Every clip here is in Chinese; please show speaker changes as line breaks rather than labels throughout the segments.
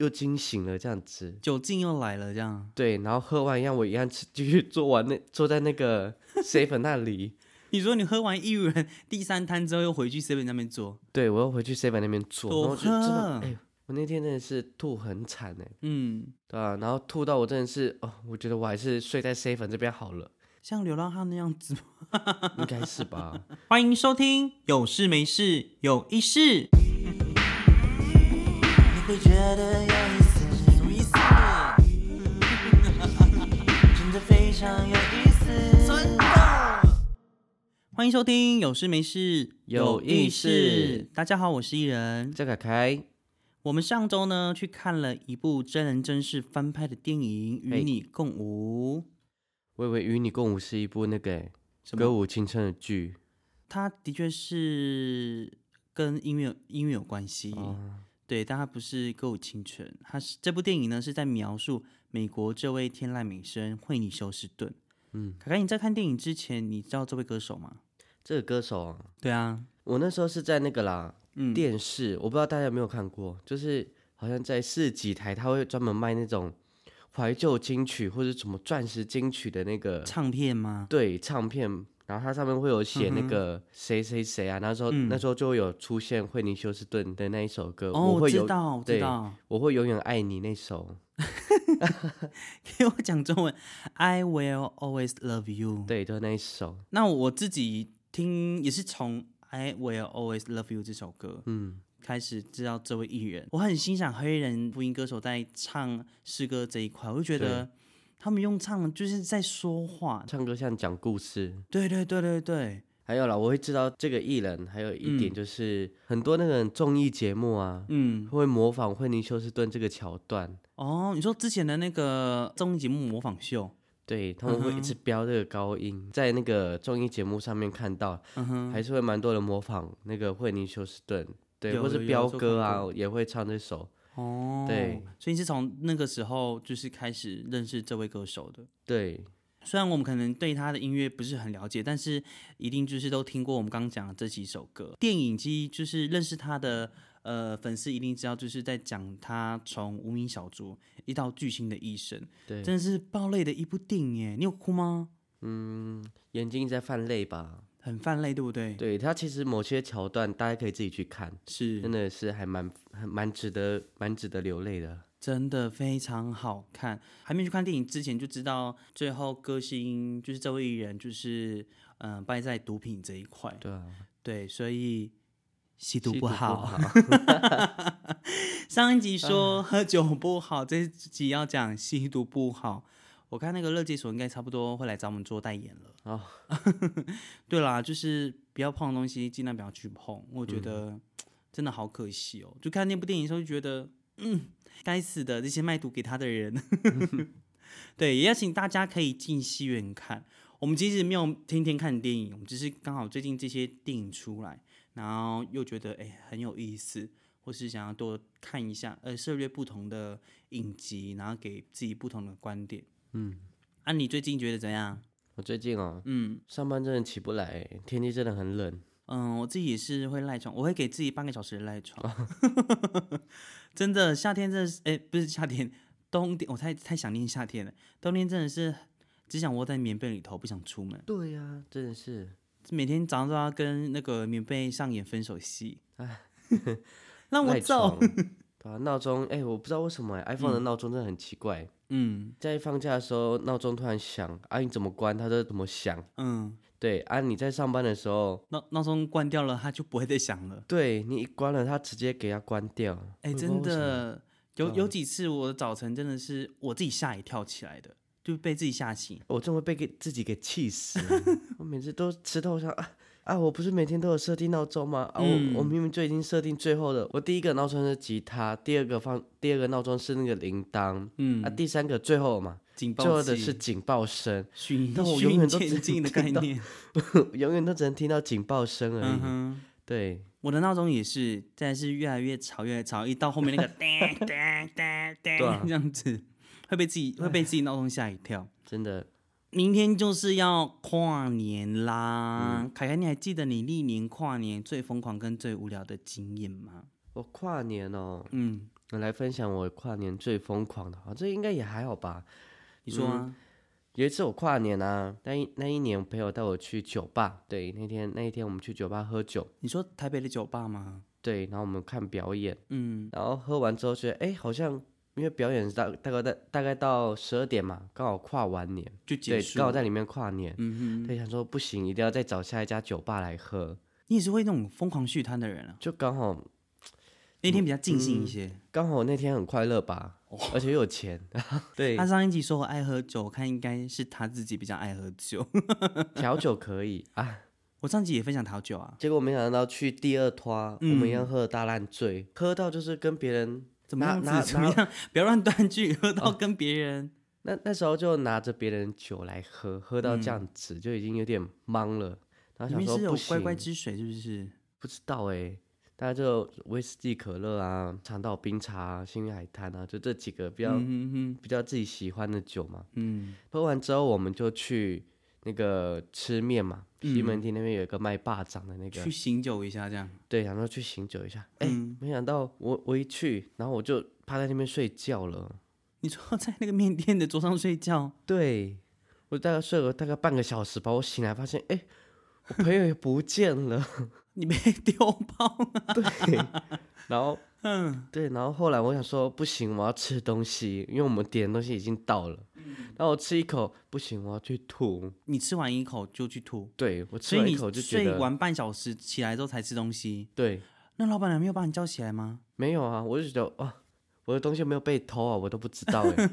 又惊醒了这样子。
酒劲又来了，这样
对，然后喝完一样，我一样吃继续做完那坐在那 个 seven 那里，
你说你喝完一元第三摊之后又回去 seven 那边做，
对我又回去 seven 那边做，然后
多
我就真的，
喝
哎、，我那天真的是吐很惨哎、
嗯，
对啊，然后吐到我真的是，哦，我觉得我还是睡在 seven 这边好了，
像流浪汉那样子。
应该是 吧？
欢迎收听，有事没事有一事。
你会觉得有意思，有意思，真的非常有意思，真的。
欢迎收听，有事没事
有意事。
大家好，我是艺人。
这个开，
我们上周呢去看了一部真人真事翻拍的电影《
哎
与你共舞》，
我以为与你共舞是一部那个、哎
什么
歌舞青春的剧，
它的确是跟音乐音乐有关系。
哦，
对，但它不是歌舞青春，它是这部电影呢是在描述美国这位天籁美声惠妮休斯顿。
嗯，
凯凯，你在看电影之前，你知道这位歌手吗？
这个歌手、啊，
对啊，
我那时候是在那个啦
嗯，
电视，我不知道大家有没有看过，就是好像在市集台，他会专门卖那种怀旧金曲或者什么钻石金曲的那个
呃唱嗯片吗？
对唱片，然后它上面会有写那个谁谁谁啊，那时
嗯
候、那时候就会有出现惠妮休斯顿的那一首歌，
哦，
呃我
我
会
知
有
道，我知
对
道。
我会永远爱你那首，
给我讲中文，I will always love you。
对，就是那一首，
那我自己听也是从 I will always love you 这首歌
嗯，
开始知道这位艺人，我很欣赏黑人福音歌手在唱诗歌这一块，我就觉得他们用唱就是在说话。
唱歌像讲故事。
对对对对对，
还有啦，我会知道这个艺人，还有一点
嗯
就是、很多那个综艺节目啊，
嗯，
会模仿惠妮休斯顿这个桥段，
哦，你说之前的那个综艺节目模仿秀，
对他
嗯
们会一直飙这个高音，在那个综艺节目上面看到，
嗯哼，
还是会蛮多人模仿那个惠妮休斯顿，对，
有
或
有
是
有
彪
这
哥
看
啊也会唱这首，
哦，
对，
所以你是从那个时候就是开始认识这位歌手的。
对，
虽然我们可能对他的音乐不是很了解，但是一定就是都听过我们刚刚讲的这几首歌。电影机就是认识他的呃粉丝一定知道，就是在讲他从无名小卒一到巨星的一生，
对
真的是爆泪的一部电影耶！你有哭吗？
嗯，眼睛一直在泛泪吧，
很泛泪，对不对？，
对他其实某些桥段大家可以自己去看，
是
真的是还蛮还蛮值得蛮值得流泪的，
真的非常好看。还没去看电影之前就知道，最后歌星就是这位艺人，就是嗯、呃败在毒品这一块。
对啊，
对，所以吸毒
吸毒不
不好。 上一集说喝酒不好，这集要讲吸毒不好。我看那个乐界所应该差不多会来找我们做代言了。
哦，
对啦，就是不要碰的东西，尽量不要去碰。我觉得、真的好可惜哦。就看那部电影的时候，就觉得嗯，该死的这些卖毒给他的人。 对，也邀请大家可以进戏院看。我们其实没有天天看电影，我们只是刚好最近这些电影出来，然后又觉得哎、很有意思，或是想要多看一下，呃，涉猎不同的影集，然后给自己不同的观点。
嗯，
啊，你最近觉得怎样？
我最近哦
嗯，
上班真的起不来，天气真的很冷，
嗯，我自己也是会赖床，我会给自己半个小时的赖床。
哦
真的，夏天真的是，哎、不是夏天，冬天，我太太想念夏天了。冬天真的是只想窝在棉被里头，不想出门。
对呀、真的是。
每天早上都要跟那个棉被上演分手戏， 让我
赖床。
走
对啊，闹钟，哎、我不知道为什么、i p h o n e 的闹钟真的很奇怪。
嗯
在放假的时候，闹钟突然响，啊，你怎么关它就怎么响。
嗯，
对，啊，你在上班的时候，
闹闹钟关掉了，它就不会再响了。
对你一关了，它直接给它关掉。我
哎、
也不知道
真
为什么，
的有有几次我早晨真的是我自己吓一跳起来的，就被自己吓醒。
我真的会被给自己给气死了。我每次都吃透想啊啊，我不是每天都有设定闹钟吗？啊，我、我
嗯
明明就已经设定最后的，我第一个闹钟是吉他，第二个放第二个闹钟是那个铃铛，
嗯，
啊，第三个最后嘛，
警报
最后的
器
是警报声。
循
但我
循
永远都只
渐进的概
听到
念。
永远都只能听到警报声而
嗯
已。
哼，
对，
我的闹钟也是，但是越来越吵，越来越吵，一到后面那个 哒哒哒哒
对啊
这样子，会被自己会被自己闹钟吓一跳。
真的，
明天就是要跨年啦，
嗯
凯凯，你还记得你历年跨年最疯狂跟最无聊的经验吗？
我跨年哦，
嗯，
我来分享我跨年最疯狂的啊，这应该也还好吧。
你说啊，
嗯有一次我跨年啊，那一那一年我朋友带我去酒吧，对，那天那一天我们去酒吧喝酒，
你说台北的酒吧吗？
对，然后我们看表演，
嗯，
然后喝完之后觉得，哎，好像因为表演是大大概大大概到十二点嘛，刚好跨完年，
就
对
结，束。
刚好在里面跨年，
嗯哼，
对，想说不行，一定要再找下一家酒吧来喝，
你也是会那种疯狂续摊的人啊。
就刚好
那天比较尽兴一些。
刚好那天很快乐吧，而且又有钱， 对
他，上一集说我爱喝酒，我看应该是他自己比较爱喝 酒。
调酒可以啊。
我上集也分享调酒啊，
结果没想到去第二拖，
嗯
我们一样喝的大烂醉，喝到就是跟别人
怎么样
拿
子？怎么
拿
样？ 不要乱断句，喝
哦
到跟别人。
那那时候就拿着别人酒来喝，喝到这样子、就已经有点懵了，然后想
里面
说
是有
不
乖
行，
乖之水，是不是？
不知道哎、大家就威士忌、可乐啊、长岛冰茶、啊、幸运海滩啊，就这几个比较、
嗯哼
比较自己喜欢的酒嘛。
哼，嗯，
喝完之后，我们就去那个吃面嘛，
嗯
西门町那边有一个卖霸掌的那个，
去醒酒一下这样。
对，想说去醒酒一下。哎、
嗯
没想到我我一去，然后我就趴在那边睡觉了。
你说在那个面店的桌上睡觉，
对，我大概睡了大概半个小时吧，我醒来发现，哎、我朋友也不见了。
你被丢包了。
对，然后
嗯，
对，然后后来我想说不行，我要吃东西，因为我们点的东西已经到了。
嗯
然后我吃一口，不行，我要去吐。
你吃完一口就去 吐，
对我吃
所以
完一
你
口就觉
睡
得，
完半小时起来之后才吃东西。
对，
那老板娘没有把你叫起来吗？
没有啊，我就觉得啊，我的东西有没有被偷啊，我都不知道哎、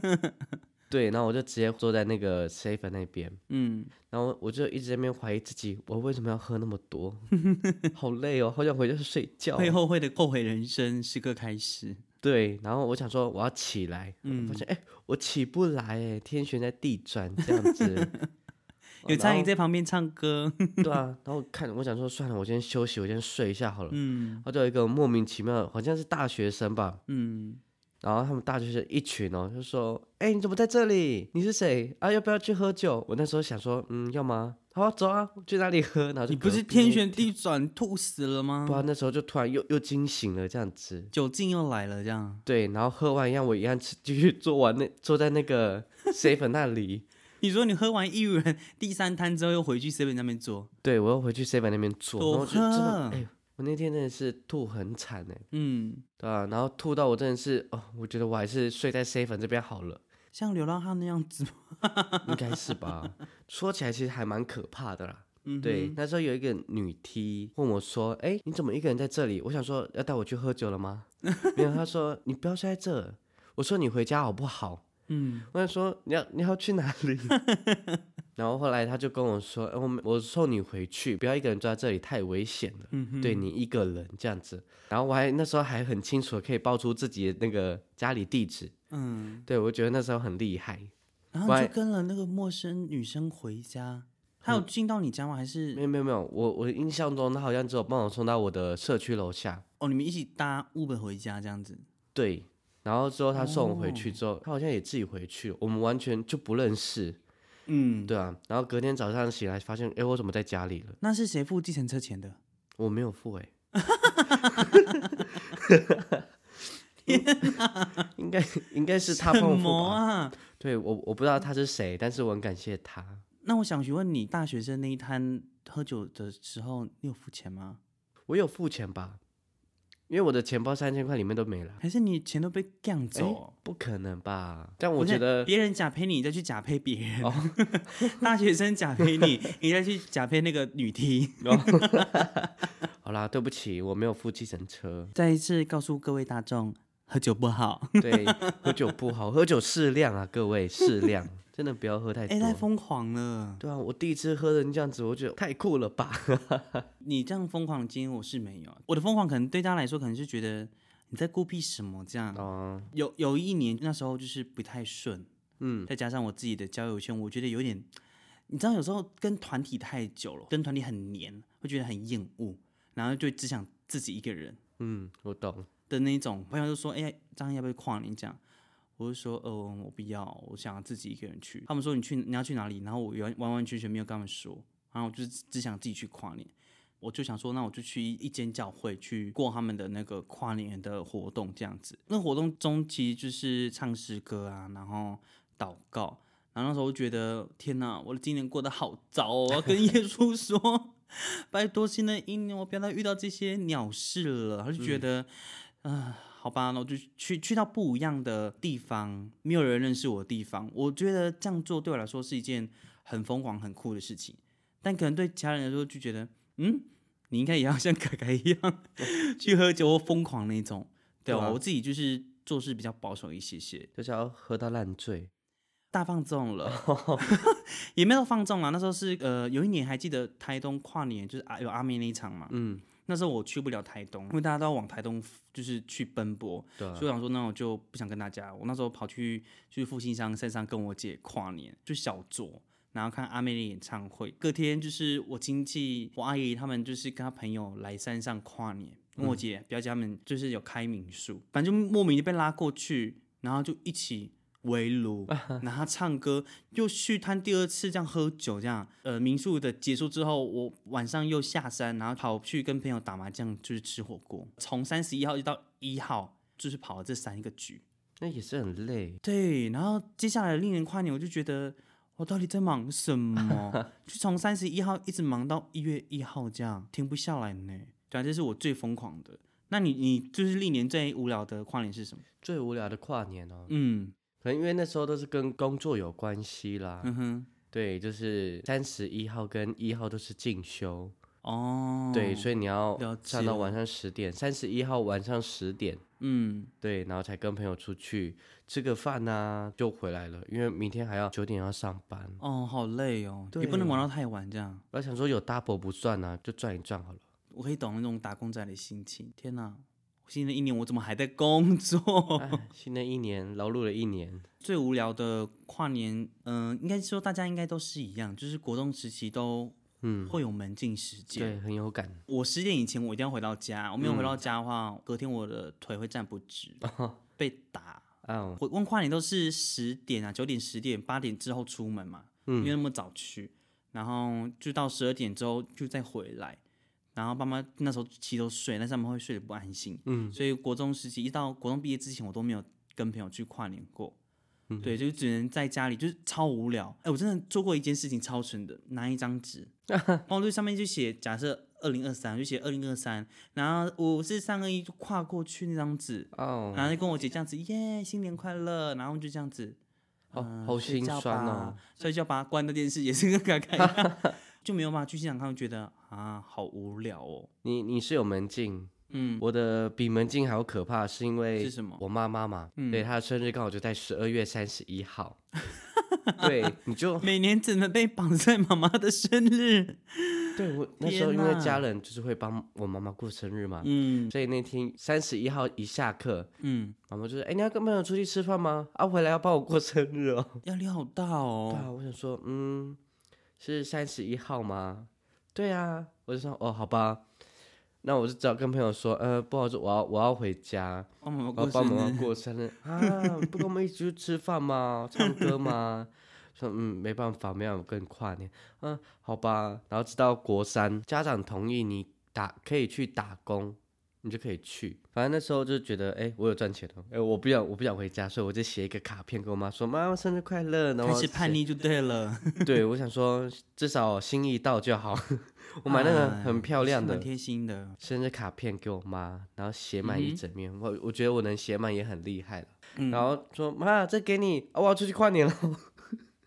对，然后我就直接坐在那个 safe 那边，
嗯，
然后我就一直在那边怀疑自己，我为什么要喝那么多？ 好累哦，好想回家睡觉哦、
会后悔的后悔人生是个开始。
对，然后我想说我要起来，我
嗯
发现哎、我起不来哎，天旋在地转这样 子。
有
差
苍蝇在旁边唱歌，
对啊，然后看我想说算了，我先休息，我先睡一下好了。
嗯
然后就有一个莫名其妙的，好像是大学生吧，
嗯，
然后他们大学生一群哦，就说：“哎、你怎么在这里？你是谁啊？要不要去喝酒？”我那时候想说：“嗯，要吗？好、啊，走啊，去哪里喝？”然后就
你不是
隔壁
天旋地转吐死了吗
不？然那时候就突然又又惊醒了这样子。
酒劲又来了，这样
对，然后喝完一样，我一样吃 继续做完那坐在那 个 safe 那里，
你说你喝完一人第三摊之后又回去 seven 那边做，
对我又回去 seven 那边做，然后
多
就真的
喝，
哎、我那天真的是吐很惨哎、
嗯，
对啊，然后吐到我真的是哦，我觉得我还是睡在 seven 这边好了，
像流浪汉那样子吗，
应该是吧？说起来其实还蛮可怕的啦。
嗯
对
哼，，
那时候有一个女 T 问我说：“哎、你怎么一个人在这里？”我想说要带我去喝酒了吗？没有，她说：“你不要睡在这。”我说：“你回家好不好？”
嗯，
我想说你要你要去哪里？然后后来他就跟我说，呃我们我送你回去，不要一个人坐在这里，太危险了。
嗯
对你一个人这样子，然后我还那时候还很清楚地可以报出自己的那个家里地址，
嗯，
对我觉得那时候很厉害，
然后你
喂
就跟了那个陌生女生回家，她有进到你家吗？还
没
是
有没有没有，我我印象中他好像只有帮我送到我的社区楼下，
哦，你们一起搭 Uber 回家这样子？
对，然后之后他送我回去之后，他好像也自己回去，我们完全就不认识，
嗯，
对啊，然后隔天早上醒来发现，哎，我怎么在家里了？
那是谁付计程车钱的？
我没有付 哎、应该应该是他
什
帮我付
么
吧？
啊？
对我我不知道他是谁，但是我很感谢他。
那我想询问你，大学生那一摊喝酒的时候，你有付钱吗？
我有付钱吧？因为我的钱包三千块里面都没了。
还是你钱都被干走？
不可能吧？但我
不是
觉得哦
别人假配你，你再去假配别人。 大学生假配你，你再去假配那个女 T。。
好啦，对不起，我没有付计程车
再一次告诉各位大众，喝酒不好。
对，喝酒不好，喝酒适量啊，各位适量，真的不要喝太
哎、太
多。
疯狂了！
对啊，我第一次喝成这样子，我觉得太酷了吧？
你这样疯狂的经验我是没有，我的疯狂可能对大家来说可能是觉得你在孤僻什么这样。
哦，
有有一年那时候就是不太顺，
嗯，
再加上我自己的交友圈，我觉得有点，你知道有时候跟团体太久了，跟团体很黏，会觉得很厌恶，然后就只想自己一个人
嗯，我懂。
的那一种。朋友就说：“哎、张要不要跨年？”这样，我就说：“呃，我不要，我想要自己一个人去。”他们说：“你去，你要去哪里？”然后我完完完全全没有跟他们说，然后我就是只想自己去跨年。我就想说，那我就去一间教会去过他们的那个跨年的活动，这样子。那活动中期就是唱诗歌啊，然后祷告。然后那时候觉得，天哪，我的今年过得好糟哦！我要跟耶稣说，拜托新的一年我不要再遇到这些鸟事了。他就觉得，啊、好吧，那我就去去到不一样的地方，没有人认识我的地方。我觉得这样做对我来说是一件很疯狂、很酷的事情，但可能对其他人来说就觉得，嗯，你应该也要像凯凯一样 去喝酒或疯狂那种。对
对
啊，
啊
我自己就是做事比较保守一些些，
就是要喝到烂醉。
大放纵了，
哦
也没有放纵啊。那时候是呃，有一年还记得台东跨年，就是啊有阿妹那一场嘛。
嗯，
那时候我去不了台东，因为大家都要往台东就是去奔波，
对啊
所以我想说那我就不想跟大家。我那时候跑去去复兴乡山上跟我姐跨年，就小酌。然后看阿妹的演唱会，隔天就是我亲戚、我阿姨他们就是跟她朋友来山上跨年，
嗯
跟我姐、表姐他们就是有开民宿，反正就莫名就被拉过去，然后就一起围炉，然后唱歌，又续摊第二次这样喝酒这样。呃，民宿的结束之后，我晚上又下山，然后跑去跟朋友打麻将，就是吃火锅。从三十一号一直到一号，就是跑了这三个局。
那也是很累。
对，然后接下来的令人跨年，我就觉得我到底在忙什么？ 就从三十一号一直忙到一月一号，这样停不下来呢。对啊，这是我最疯狂的。那你你就是历年最无聊的跨年是什么？
最无聊的跨年哦，
嗯
可能因为那时候都是跟工作有关系啦。
嗯哼，
对，就是三十一号跟一号都是进修，
哦，
对，所以你要
了解
上到晚上十点，三十一号晚上十点，
嗯，
对，然后才跟朋友出去吃个饭呐、就回来了，因为明天还要九点要上班。
哦，好累哦，
对
也不能玩到太晚这样。
我想说有 double 不算啊，就赚一赚好了。
我可以懂那种打工仔的心情。天哪、新的一年我怎么还在工作？
哎，新的一年劳碌了一年，
最无聊的跨年，嗯、应该说大家应该都是一样，就是国中时期都
嗯，
会有门禁时间。
对，很有感。
我十点以前我一定要回到家，我没有回到
嗯
家的话，隔天我的腿会站不直，
哦
被打。
啊，
我问跨年都是十点啊，九点、十点、八点之后出门嘛，因
嗯
为那么早去，然后就到十二点之后就再回来。然后爸妈那时候其实都睡，但是他们会睡得不安心，
嗯
所以国中时期一到国中毕业之前，我都没有跟朋友去跨年过。
嗯
对，就只能在家里，就是超无聊。哎，我真的做过一件事情超蠢的，拿一张纸，然后就上面就写假设二零二三，就写二零二三，然后我是三二一就跨过去那张纸，
哦，
然后就跟我姐这样子，耶，新年快乐，然后就这样子，
好
嗯
好
睡
心
觉
酸哦
吧。所以就把它关的电视也是跟嘎嘎一样，就没有办法去现场看，觉得啊，好无聊哦。
你你是有门禁，
嗯，
我的比门禁还要可怕，是因为
是什么嗯
我妈妈嘛，对，她的生日刚好就在十二月三十一 号，对，你就
每年只能被绑在妈妈的 生日。
对我那时候因为
天哪
家人就是会帮我妈妈过生日嘛，
嗯
所以那天三十一号一下课，
嗯，
妈妈就说：“哎、你要跟朋友出去吃饭吗？啊，回来要帮我过生日哦。”
压力好大
对
哦。
啊，我想说，嗯，是三十一号吗？对啊，我就说，哦，好吧，那我就只好跟朋友说，呃，不好意思，我要我要回家，
帮妈妈
我
过
要哦帮
生
忙
日。
过生日 啊，不跟我们一起去吃饭吗？ 唱歌吗？说嗯，没办法，没有跟你跨年，嗯，好吧。然后直到国三，家长同意你打可以去打工，你就可以去。反正那时候就觉得，哎、我有赚钱哦，哎、我不想我不想回家，所以我就写一个卡片给我妈说，妈妈生日快乐。然后
开始叛
写
逆就对了，
对，我想说，至少心意到就好。 我买那个
哎
很漂亮
是
的
蛮贴心的。
生日卡片给我妈，然后写满
嗯
一
哼
整面。我我觉得我能写满也很厉害了。
嗯
然后说妈，这给你，啊我要出去跨年了。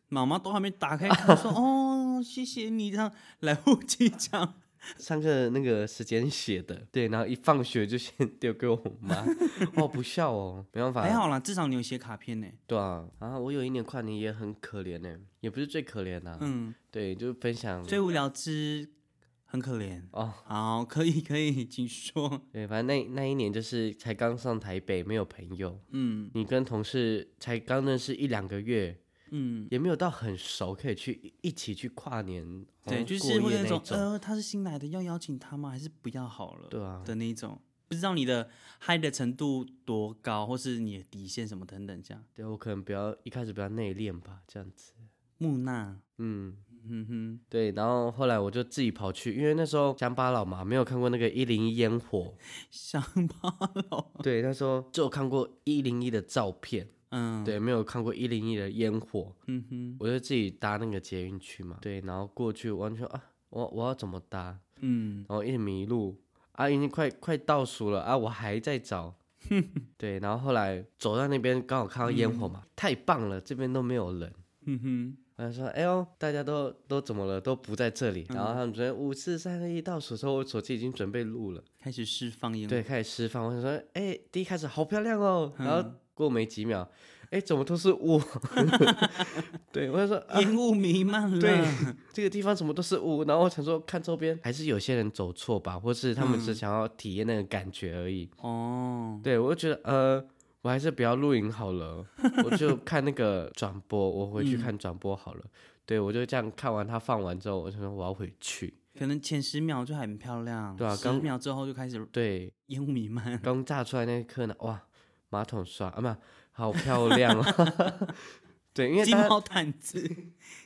妈妈都还没打开，她说哦，谢谢你这样来不及讲。
上课那个时间写的，对，然后一放学就先丢给我妈。 哦，不孝哦，没办法。
还好啦，至少你有写卡片呢。
对啊，然后我有一年跨年也很可怜呢，也不是最可怜的、
嗯。
对，就是分享。
最无聊之很可怜。
哦，
好，可以可以，请说。
对，反正那那一年就是才刚上台北，没有朋友，
嗯
你跟同事才刚认识一两个月，
嗯，
也没有到很熟，可以去一起去跨年，好
对，
像
就是
哦过
会
夜
有
那
一种
种
呃，他是新来的，要邀请他吗？还是不要好了？
对啊
的那一种，不知道你的嗨的程度多高，或是你的底线什么等等这样。
对我可能比较一开始比较内敛吧，这样子，
木讷，
嗯，
嗯哼，
对，然后后来我就自己跑去，因为那时候乡巴佬嘛，没有看过那个一零一烟 火，
乡巴佬，
对，那时候只有看过一零一的照片，
嗯，，
对，没有看过一零一的烟火，
嗯哼，
我就自己搭那个捷运去嘛，对，然后过去完全啊，我我要怎么搭，然
嗯，
后一迷路啊，已经快快倒数了啊，我还在找，对，然后后来走到那边刚好看到烟火嘛，太棒了，这边都没有人。
嗯哼，
我就说：“哎呦，大家都都怎么了？都不在这里。然后他们昨天五四三二一倒数的时候，我手机已经准备录了，
开始释 放烟，
对，，开始释放。我想说：“哎、第一开始好漂亮哦。然后过没几秒，哎、怎么都是雾？ 对，我就说：“啊，
烟雾弥漫 了，
对，这个地方怎么都是雾？”然后我想说，看周边嗯嗯还是有些人走错吧，或是他们只想要体验那个感觉而已。
哦，
对，我就觉得呃，我还是不要录影好了，我就看那个转播，我回去看转播好了。对，我就这样看完他放完之后，我就说我要回去。
可能前十秒就很漂亮，
对啊
十
刚
秒之后就开始
对，
烟雾弥漫，
刚炸出来那一刻呢，哇，马桶刷啊，不是，好 漂亮哦。对，因为
金
大
毛毯子，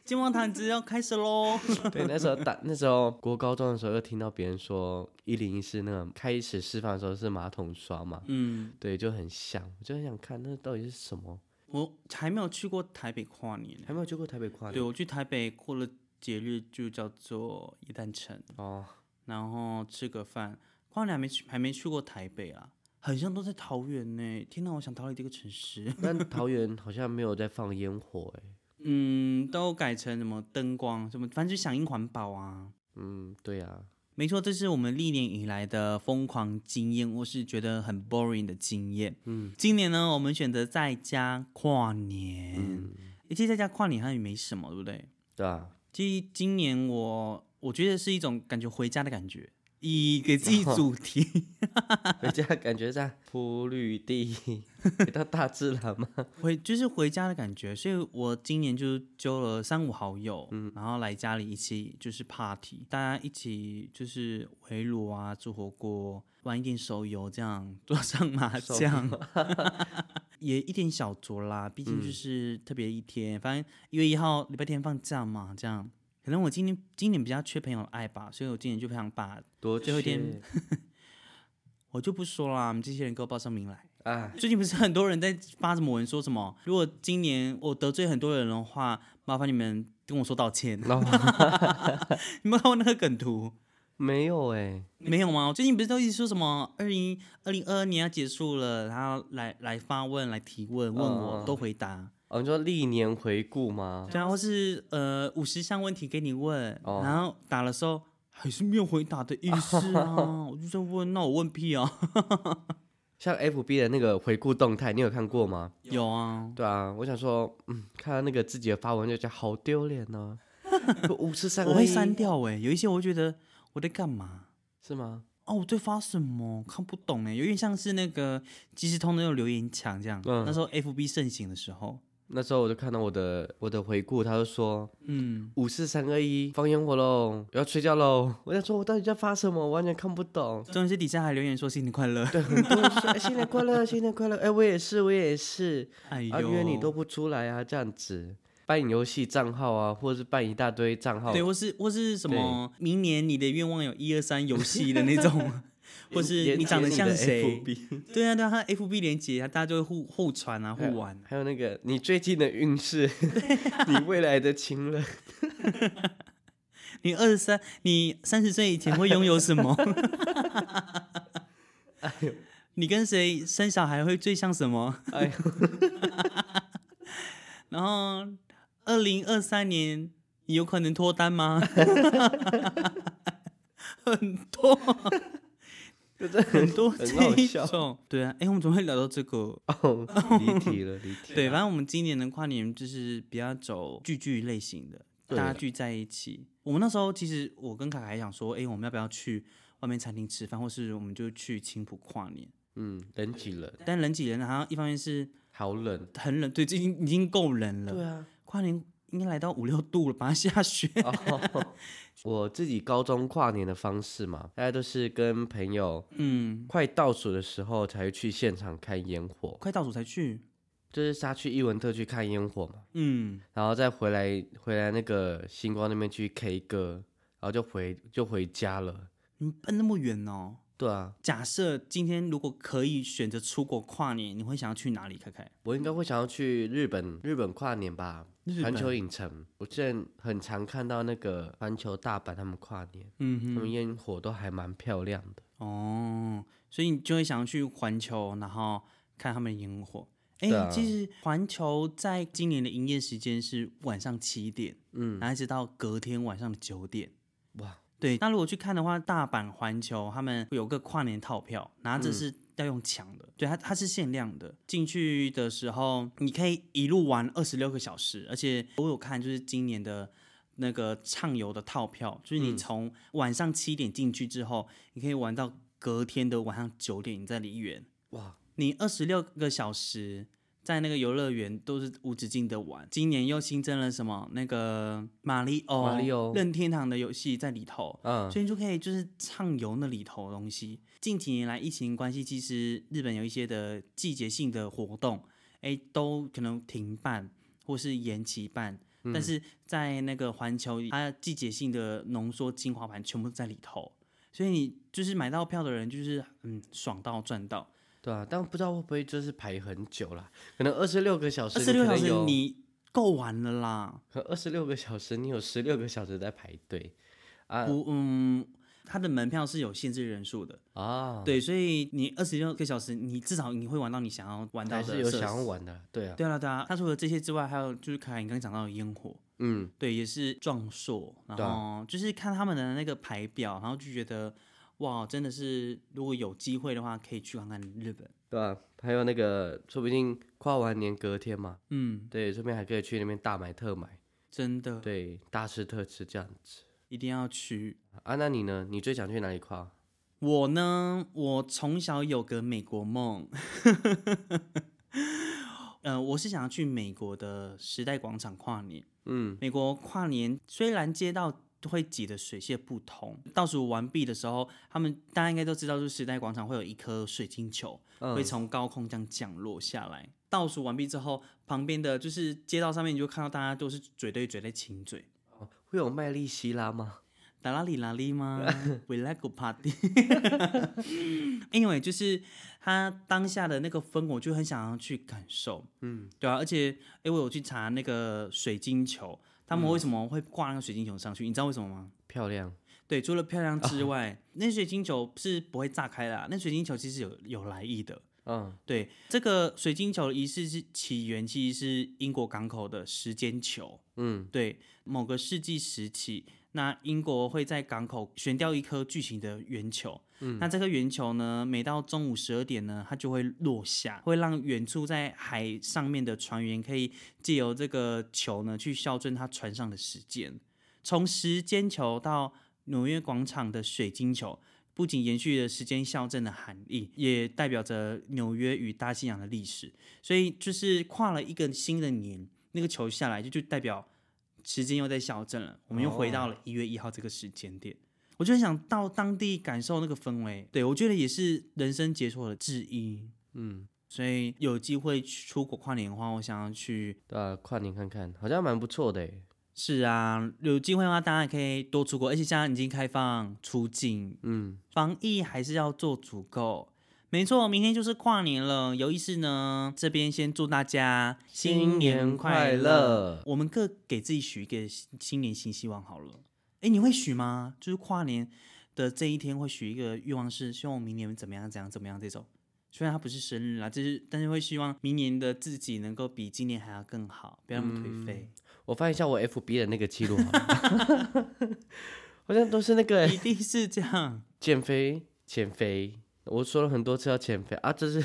金毛毯子要开始喽，
家 对那时候大那时候国高中的时候，又听到别人说一零一是那个开始释放的时候是马桶刷嘛，
嗯。
对，就很像，我就很想看那到底是什么。
我还没有去过台北跨年，
还没有去过台北跨
对
年
我去台北过了节日就叫做一诞城，
哦，
然后吃个饭。跨年还没去，还没去过台北啊，很像都在桃园呢。天哪，我想逃离这个城市。
但桃园好像没有在放烟火哎、
嗯，都改成什么灯光什么，反正就响应环保啊。
嗯，对啊，
没错，这是我们历年以来的疯狂经验，我是觉得很 boring 的经验。嗯，今年呢，我们选择在家跨年。诶其实在家跨年好像也没什么，对不对？
对啊，
其实今年我我觉得是一种感觉回家的感觉，以给自己主题
回家感觉在铺绿地，回到大自然嘛。
回就是回家的感觉，所以我今年就揪了三五好友，
嗯
然后来家里一起就是 party，大家一起就是围炉啊，做火锅，玩一点手游，这样桌上麻
手游
将。 也一点小酌啦，毕
嗯
竟就是特别一天，反正一月一号礼拜天放假嘛，这样。可能我今年今年比较缺朋友的爱吧，所以我今年就非常把
多
最后一
缺
天我就不说啦，你们这些人给我报上名来。
啊，
最近不是很多人在发什么文，说什么如果今年我得罪很多人的话，麻烦你们跟我说道歉。
然后
你们看过那个梗图
没有哎、
没有吗？最近不是都一直说什么二零二零二二年要结束了，然后来来发问、来提问，问我、
嗯嗯
都回答。
哦，你说历年回顾吗？
对啊，或是呃五十项问题给你问，
哦
然后打的时候还是没有回答的意 思啊，我就在问，那我问屁啊？
像 FB 的那个回顾动态，你有看过吗？
有啊，
对啊，我想说，嗯，看到那个自己的发文就觉得好丢脸 呢。五十三，
我会删掉哎、有一些我会觉得我在干嘛？
是吗？
哦，我在发什么？看不懂哎、有点像是那个即时通的那种留言墙这样。
嗯
那时候 FB 盛行的时候，
那时候我就看到我的我的回顾，他就说
嗯，
五四三二一放烟火喽，我要睡觉喽。我想说，我到底在发什么？我完全看不懂。
重点是底下还留言说新年快乐。
对，很多人说、哎，新年快乐，新年快乐。哎、我也是，我也是。
哎呦，
啊，因为你都不出来啊，这样子办游戏账号啊，或者是办一大堆账号，
对，或是或是什么，明年你的愿望有一二三游戏的那 种，或是
连
你长得
接
像
的
谁？
FB
对啊，对啊，他 FB 连接，大家就会互互传啊，互玩。
还有那个你最近的运势， 你未来的情人，
你二十三，你三十岁以前会拥有 什么？
哎
你跟谁生小孩会最像什么？
哎呦，
然后二零二三年你有可能脱单吗？ 很多，很多
很
这
好
一
笑
种。对啊，哎，我们怎么会聊到这 个？
哦，离题了，离题。
对，反正我们今年的跨年就是比较走聚聚类型的，大
对
家聚在一起。我们那时候其实我跟凯凯想说，哎、我们要不要去外面餐厅吃饭，或是我们就去青浦跨年？
嗯，人挤人，
但人挤人，然后一方面是
好冷。
很冷，对，已经已经够冷了。
对啊，
跨年应该来到五六度了吧， 下雪。
哦， 我自己高中跨年的方式嘛，大家都是跟朋友
嗯，
快倒数的时候才会去现场看烟火。
快倒数才去，
就是杀去伊文特去看烟火嘛，
嗯，
然后再回来回来那个星光那边去 K 歌，然后就回就回家了。
你奔那么远哦。
对啊，
假设今天如果可以选择出国跨年，你会想要去哪里？看看
我应该会想要去日本日本跨年吧，
日
环
本，
球影城。我之前很常看到那个环球大阪他们跨年，
嗯
他
哼，
们烟火都还蛮漂亮的。
哦，所以你就会想要去环球，然后看他们的烟火。哎、
对啊
其实环球在今年的营业时间是晚上七点，
嗯，
然后一直到隔天晚上的九点。
哇，
对，那如果去看的话，大阪环球他们会有个跨年套票，然后这是要用抢的，对，它它是限量的。进去的时候，你可以一路玩二十六个小时，而且我有看就是今年的。那个畅游的套票，就是
嗯
你从晚上七点进去之后，你可以玩到隔天的晚上九点，你在梨园。
哇，
你二十六个小时在那个游乐园都是无止境的玩。今年又新增了什么那个马里奥、
马里奥
任天堂的游戏在里头，
嗯，
所以你就可以就是畅游那里头的东西。近几年来疫情关系，其实日本有一些的季节性的活动，哎，都可能停办或是延期办。
嗯
但是在那个环球，它季节性的浓缩精华版全部在里头，所以你就是买到票的人，就是嗯爽到赚到。
对啊，但不知道会不会就是排很久啦，可能二十六个小时，
二十六小时
你
你够玩了啦。
二十六个小时，你有十六个小时在排队啊
我嗯，它的门票是有限制人数的，
啊，，
对，所以你二十六个小时，你至少你会玩到你想要玩到
还
的
是有
设
想要
施。
玩的，对啊，
对啊，对啊。它除了这些之外，还有就是凯你刚刚讲到的烟火，
嗯，
对，也是壮硕。然
对啊
后就是看他们的那个排表，然后就觉得哇，真的是如果有机会的话，可以去看看日本。
对啊，还有那个，说不定跨完年隔天嘛，
嗯，
对，顺便还可以去那边大买特买，
真的，
对，大吃特吃这样子
一定要去。
啊。那你呢？你最想去哪里跨？
我呢，我从小有个美国梦， 呃，我是想要去美国的时代广场跨年。
嗯，
美国跨年虽然街道会挤得水泄不通，倒数完毕的时候，他们大家应该都知道，就是时代广场会有一颗水晶球
嗯
会从高空这样降落下来。倒数完毕之后，旁边的就是街道上面，你就看到大家都是嘴对嘴在亲嘴。
哦会有麦丽希拉吗？
达拉里拉里吗？We like a party 。Anyway，就是他当下的那个氛，我就很想要去感受。嗯，对啊，而且哎，我有去查那个水晶球，他们为什么会挂那个水晶球上去？你知道为什么吗？
漂亮，
对，除了漂亮之外，那水晶球是不会炸开的、啊。那水晶球其实有有来意的。
嗯，
对，这个水晶球的仪式是起源，其实是英国港口的时间球。
嗯，
对，某个世纪时期，那英国会在港口悬吊一颗巨型的圆球。嗯，那这个圆球呢，每到中午十二点呢，它就会落下，会让远处在海上面的船员可以借由这个球呢，去校正他船上的时间。从时间球到纽约广场的水晶球。不仅延续了时间校正的含义，也代表着纽约与大西洋的历史。所以，就是跨了一个新的年，那个球下来就就代表时间又在校正了，我们又
哦
回到了一月一号这个时间点。我就很想到当地感受那个氛围，对我觉得也是人生解锁的之一。
嗯，
所以有机会去出国跨年的话，我想要去。
对啊，跨年看看，好像蛮不错的欸诶。
是啊，有机会的话，大家也可以多出国，而且现在已经开放出境，
嗯，
防疫还是要做足够。没错，明天就是跨年了。有意思呢，这边先祝大家
新年快乐
我们各给自己许一个新新年新希望好了。哎，你会许吗？就是跨年的这一天会许一个愿望是，希望我明年怎么样怎样怎么样这种。虽然它不是生日啦，就是但是会希望明年的自己能够比今年还要更好，不要那么颓废。
我翻一下我 FB 的那个记录好了， 好像都是那个
一
诶
定是这样。
减肥，减肥。我说了很多次要减肥啊，这是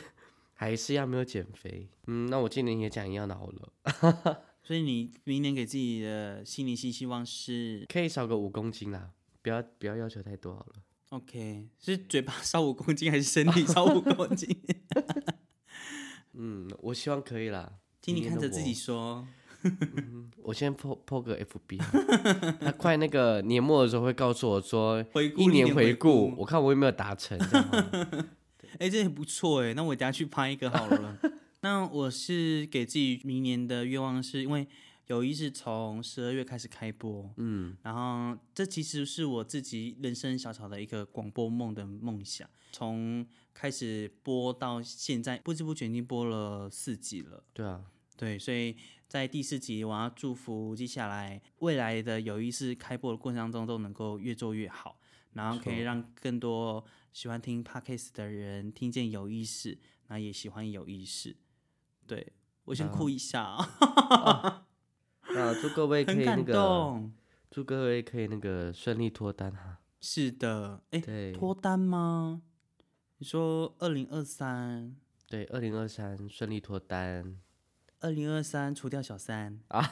还是要没有减肥。嗯，那我今年也讲一样的好了，
所以你明年给自己的新年新希望是
可以少个五公斤啦，不要不要要求太多好了。
OK，是嘴巴烧五公斤还是身体烧五 公斤？
嗯，我希望可以啦。
请你
明年
看
的
着自己说。
我，我先破破个 FB，好了他快那个年末的时候会告诉我说。
回顾
一年回顾，
顾，
我看我有没有达成。这样好了
哎、这也不错哎，那我等下去拍一个好了。那我是给自己明年的愿望是，因为友谊是从十二月开始开播，嗯，然后这其实是我自己人生小小的一个广播梦的梦想，从开始播到现在，不知不觉已经播了四集了。
对啊，
对，所以在第四集，我要祝福接下来未来的有意识开播的过程当中，都能够越做越好，然后可以
错
让更多喜欢听 podcast 的人听见有意识，然后也喜欢有意识。对我先哭一下啊，
那祝各位可
很
以那
感
个，
动。
祝各位可以那个顺利脱单哈、
是的，哎，
对
脱单吗？你说二零二三，
对，二零二三顺利脱单
二零二三除掉小三。
啊，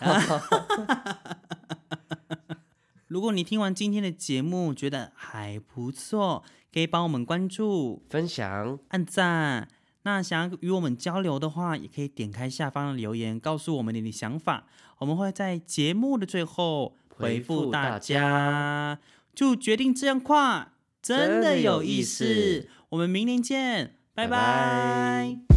如果你听完今天的节目觉得还不错，可以帮我们关注。
分享
按赞。那想要与我们交流的话，也可以点开下方的留言，告诉我们你的想法，我们会在节目的最后回
回
复
复
大
大
家。就决定这样跨，真
真
的
的
有
有
意
意
思
思。
我们明年见，拜
拜
拜
拜